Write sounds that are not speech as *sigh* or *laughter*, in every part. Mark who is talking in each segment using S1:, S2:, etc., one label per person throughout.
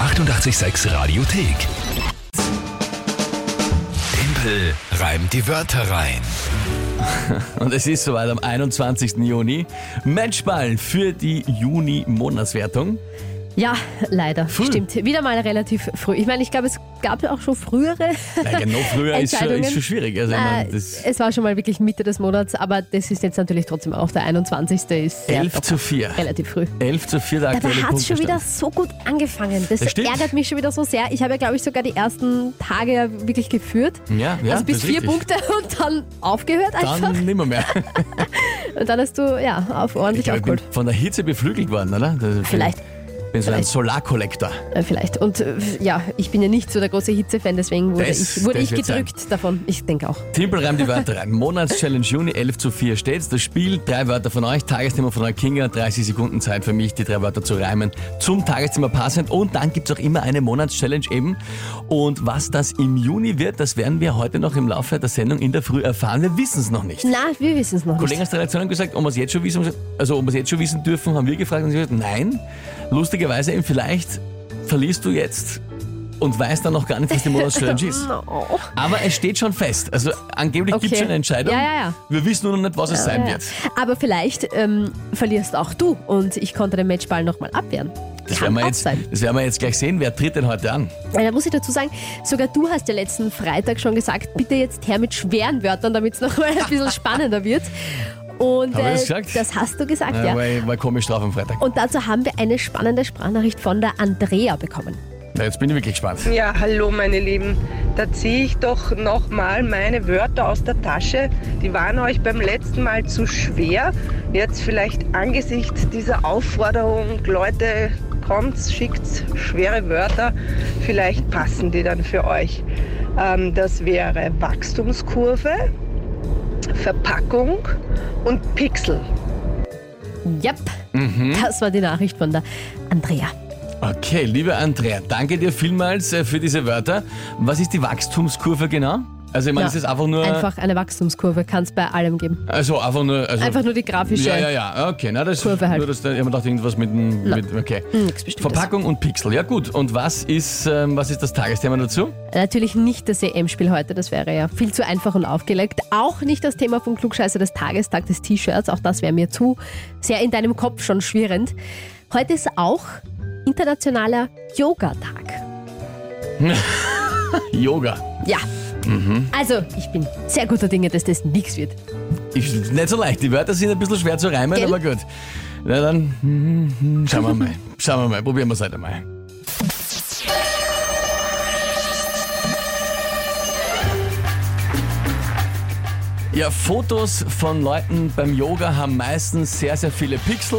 S1: 886 Radiothek. Tempel reimt die Wörter rein.
S2: Und es ist soweit am 21. Juni. Matchball für die Juni-Monatswertung.
S3: Ja, leider.
S2: Früh.
S3: Stimmt. Wieder mal relativ früh. Ich meine, ich glaube, es gab auch schon frühere.
S2: Naja, noch früher ist schon, ist
S3: Entscheidungen.
S2: schon schwierig. Also, ich
S3: Äh, *laughs*
S2: meine, das
S3: es war schon mal wirklich Mitte des Monats, aber das ist jetzt natürlich trotzdem auch der 21. ist sehr
S2: 11 zu 4.
S3: relativ früh.
S2: 11 zu 4 der
S3: Dabei
S2: aktuelle
S3: hat es schon wieder
S2: Punktestand.
S3: so gut angefangen. Das,
S2: Das stimmt.
S3: ärgert mich schon wieder so sehr. Ich habe ja, glaube ich, sogar die ersten Tage ja wirklich geführt.
S2: Ja, ja,
S3: also bis
S2: das ist
S3: vier
S2: richtig.
S3: Punkte *laughs* und dann aufgehört einfach.
S2: Dann nimmer
S3: *laughs*
S2: mehr.
S3: und dann hast du ja auf
S2: Ich
S3: ordentlich
S2: glaube, ich bin
S3: aufgeholt.
S2: von der Hitze beflügelt worden, oder? Das ich
S3: Vielleicht.
S2: bin so ein
S3: Vielleicht.
S2: Solarkollektor.
S3: Äh, Vielleicht. Und äh, ja, ich bin ja nicht so der große Hitzefan, deswegen wurde
S2: Das-
S3: ich, wurde
S2: das
S3: ich
S2: wird's sein.
S3: gedrückt davon. Ich denke auch.
S2: Timpel reimt die Wörter rein. Monatschallenge Juni 11 zu 4 steht's. Das Spiel, drei Wörter von euch, Tagesthema von euch, Kinga, 30 Sekunden Zeit für mich, die drei Wörter zu reimen, zum Tagesthema passend. Und dann gibt's auch immer eine Monatschallenge eben. Und was das im Juni wird, das werden wir heute noch im Laufe der Sendung in der Früh erfahren. Wir wissen's noch nicht.
S3: Na, wir wissen es noch
S2: Kollegen
S3: nicht.
S2: aus der Redaktion haben gesagt, ob wir es jetzt schon wissen, also ob wir es jetzt schon wissen dürfen, haben wir gefragt und sie haben gesagt, nein. Lustigerweise eben, vielleicht verlierst du jetzt und weißt dann noch gar nicht, was die Monatschallenge ist.
S3: Oh.
S2: Aber es steht schon fest. Also angeblich
S3: Okay.
S2: gibt es schon eine Entscheidung.
S3: Ja, ja, ja.
S2: Wir wissen nur noch nicht, was es sein wird.
S3: Aber vielleicht ähm, verlierst auch du und ich konnte den Matchball nochmal abwehren.
S2: Das
S3: Kann
S2: werden, wir
S3: auch
S2: jetzt,
S3: sein.
S2: das werden wir jetzt gleich sehen. Wer tritt denn heute an?
S3: Da muss ich dazu sagen, sogar du hast ja letzten Freitag schon gesagt, bitte jetzt her mit schweren Wörtern, damit es nochmal ein bisschen spannender wird. Und
S2: Hab ich das
S3: äh,
S2: gesagt?
S3: das hast du gesagt,
S2: Äh,
S3: ja.
S2: War, war komisch drauf am Freitag.
S3: Und dazu haben wir eine spannende Sprachnachricht von der Andrea bekommen.
S2: Na, jetzt bin ich wirklich gespannt.
S4: Ja, hallo meine Lieben. Da ziehe ich doch nochmal meine Wörter aus der Tasche. Die waren euch beim letzten Mal zu schwer. Jetzt vielleicht angesichts dieser Aufforderung, Leute, kommt, schickt schwere Wörter. Vielleicht passen die dann für euch. Ähm, das wäre Wachstumskurve, Verpackung und Pixel.
S3: Yep,
S2: Mhm.
S3: das war die Nachricht von der Andrea.
S2: Okay, liebe Andrea, danke dir vielmals äh, für diese Wörter. Was ist die Wachstumskurve genau? Also ich meine,
S3: Ja,
S2: es ist einfach nur...
S3: Einfach eine Wachstumskurve, kann es bei allem geben.
S2: Also einfach nur... Also,
S3: Einfach nur die grafische.
S2: ja, ja, ja, okay. Na, das
S3: Kurve halt.
S2: Nur, dass, da- ich habe mir gedacht, irgendwas mit dem...
S3: Na.
S2: Mit, okay.
S3: Nix Bestimmtes.
S2: Verpackung und Pixel, ja gut. Und was ist, ähm, was ist das Tagesthema dazu?
S3: Natürlich nicht das EM-Spiel heute, das wäre ja viel zu einfach und aufgelegt. Auch nicht das Thema vom Klugscheißer des Tages, Tag des T-Shirts, auch das wäre mir zu sehr in deinem Kopf schon schwirrend. Heute ist auch internationaler Yoga-Tag.
S2: Yoga.
S3: Ja. Also, ich bin sehr guter Dinge, dass das nichts wird.
S2: Ist nicht so leicht. Die Wörter sind ein bisschen schwer zu reimen,
S3: Gell?
S2: aber gut. Na dann, hm, hm, schauen wir mal. Schauen wir mal. Probieren wir es halt einmal. Ja, Fotos von Leuten beim Yoga haben meistens sehr, sehr viele Pixel.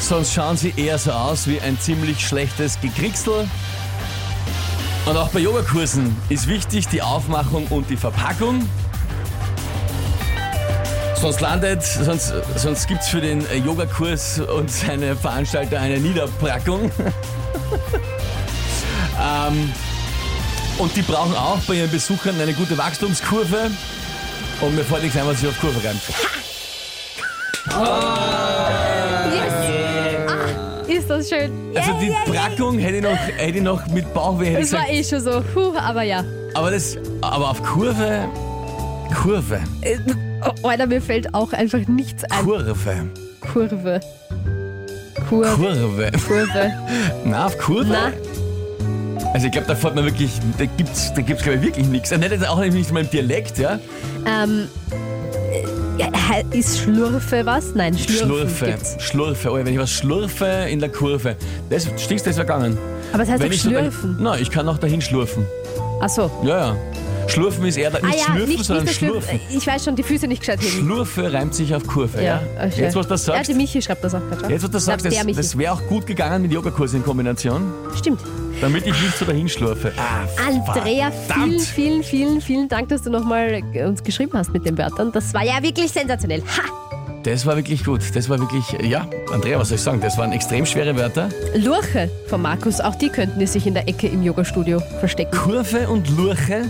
S2: Sonst schauen sie eher so aus wie ein ziemlich schlechtes Gekricksel. Und auch bei Yogakursen ist wichtig die Aufmachung und die Verpackung. Sonst landet, sonst, sonst gibt's für den äh, Yogakurs und seine Veranstalter eine Niederprackung. *laughs* ähm, und die brauchen auch bei ihren Besuchern eine gute Wachstumskurve. Und mir freut nichts ein, was ich auf Kurve reimt.
S3: Yes! Ah, ist das schön.
S2: Also
S3: Yeah,
S2: die
S3: yeah, yeah.
S2: Prackung hätte ich noch, hätte ich noch mit Bauchweh hätte ich
S3: Das war
S2: gesagt.
S3: eh schon so. Puh, aber ja.
S2: Aber, das, aber auf Kurve, Kurve,
S3: Äh, oh, Alter, mir fällt auch einfach nichts ein.
S2: Kurve,
S3: Kurve. Kurve.
S2: Kurve.
S3: Kurve.
S2: Na, auf Kurve?
S3: Na,
S2: Also ich glaube, da fällt mir wirklich, da gibt's, da gibt's glaube ich wirklich nichts. Und nicht, auch nicht mal im Dialekt, ja?
S3: ähm. äh, ja, Ist Schlurfe was? Nein, Schlürfen
S2: Schlurfe.
S3: Gibt's.
S2: Schlurfe. Oh, wenn ich was schlurfe in der Kurve. Das, stimmt's, das war gegangen.
S3: Aber es heißt
S2: wenn
S3: doch
S2: ich so dahin-
S3: Schlürfen. Ah
S2: Nein, ich kann auch dahin schlurfen.
S3: Ach so.
S2: Ja, ja. Schlurfen ist
S3: Ah
S2: eher da, nicht schlürfen, sondern
S3: das Schlürfen.
S2: schlurfen.
S3: Ich weiß schon, die Füße nicht gescheit heben.
S2: Schlurfe reimt sich auf Kurve, ja?
S3: Ja, okay.
S2: Jetzt, was du
S3: Ja,
S2: sagst,
S3: die Michi schreibt das auch gerade. schau.
S2: jetzt, was du sagst
S3: Na,
S2: das,
S3: der Michi.
S2: das wäre auch gut gegangen mit Yogakurs in Kombination,
S3: Stimmt.
S2: damit ich nicht so dahin schlurfe. Ah,
S3: Andrea, vielen,
S2: verdammt.
S3: vielen, vielen, vielen Dank, dass du nochmal uns geschrieben hast mit den Wörtern. Das war ja wirklich sensationell. Ha!
S2: Das war wirklich gut. Das war wirklich, ja, Andrea, was soll ich sagen? Das waren extrem schwere Wörter.
S3: Lurche von Markus, auch die könnten es sich in der Ecke im Yogastudio verstecken.
S2: Kurve und Lurche.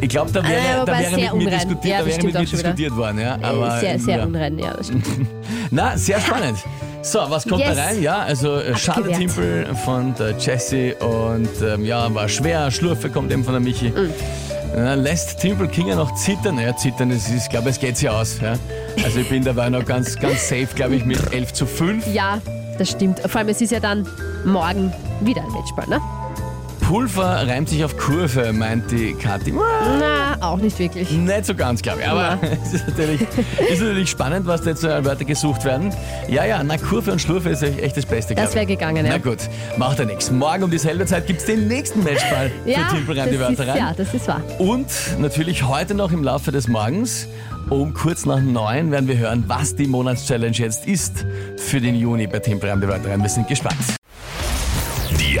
S2: Ich glaube, da wäre,
S3: Ah, ja,
S2: da
S3: wobei
S2: wäre
S3: sehr
S2: mit mir
S3: unrein.
S2: diskutiert,
S3: Ja,
S2: da wäre
S3: bestimmt
S2: mit mir
S3: auch schon wieder.
S2: diskutiert worden. Ja, aber,
S3: Äh, sehr, sehr
S2: ja.
S3: unrein, ja. das stimmt.
S2: Na, sehr spannend. So, was kommt
S3: Yes.
S2: da rein? Ja, also äh, Schade
S3: Abgewehrt.
S2: Timpel von der Jessie und ähm, ja, war schwer. Schlurfe kommt eben von der Michi.
S3: Mm.
S2: Na, lässt Timpel Kinger noch zittern? Ja, zittern, das ist, ich glaube, es geht sie aus. Ja? Also ich bin dabei noch ganz, ganz safe, glaube ich, mit 11 zu 5.
S3: Ja, das stimmt. Vor allem, es ist ja dann morgen wieder ein Matchball, ne?
S2: Pulver reimt sich auf Kurve, meint die Kathi. Uah,
S3: Na, auch nicht wirklich.
S2: Nicht so ganz, glaube ich, aber *laughs* es ist natürlich, ist natürlich spannend, was da jetzt so an Wörter gesucht werden. Ja, ja, na, Kurve und Schlurfe ist echt das Beste,
S3: Das
S2: glaub
S3: wäre
S2: ich.
S3: gegangen, ja.
S2: Na gut, macht ja nichts. Morgen um dieselbe Zeit gibt es den nächsten
S3: *laughs*
S2: Matchball
S3: Ja,
S2: für Timpel rein, die
S3: das ist,
S2: Wörter rein.
S3: ja, das ist wahr.
S2: Und natürlich heute noch im Laufe des Morgens um kurz nach neun werden wir hören, was die Monatschallenge jetzt ist für den Juni bei Timpel rein, die Wörter rein. Wir sind gespannt.
S1: Die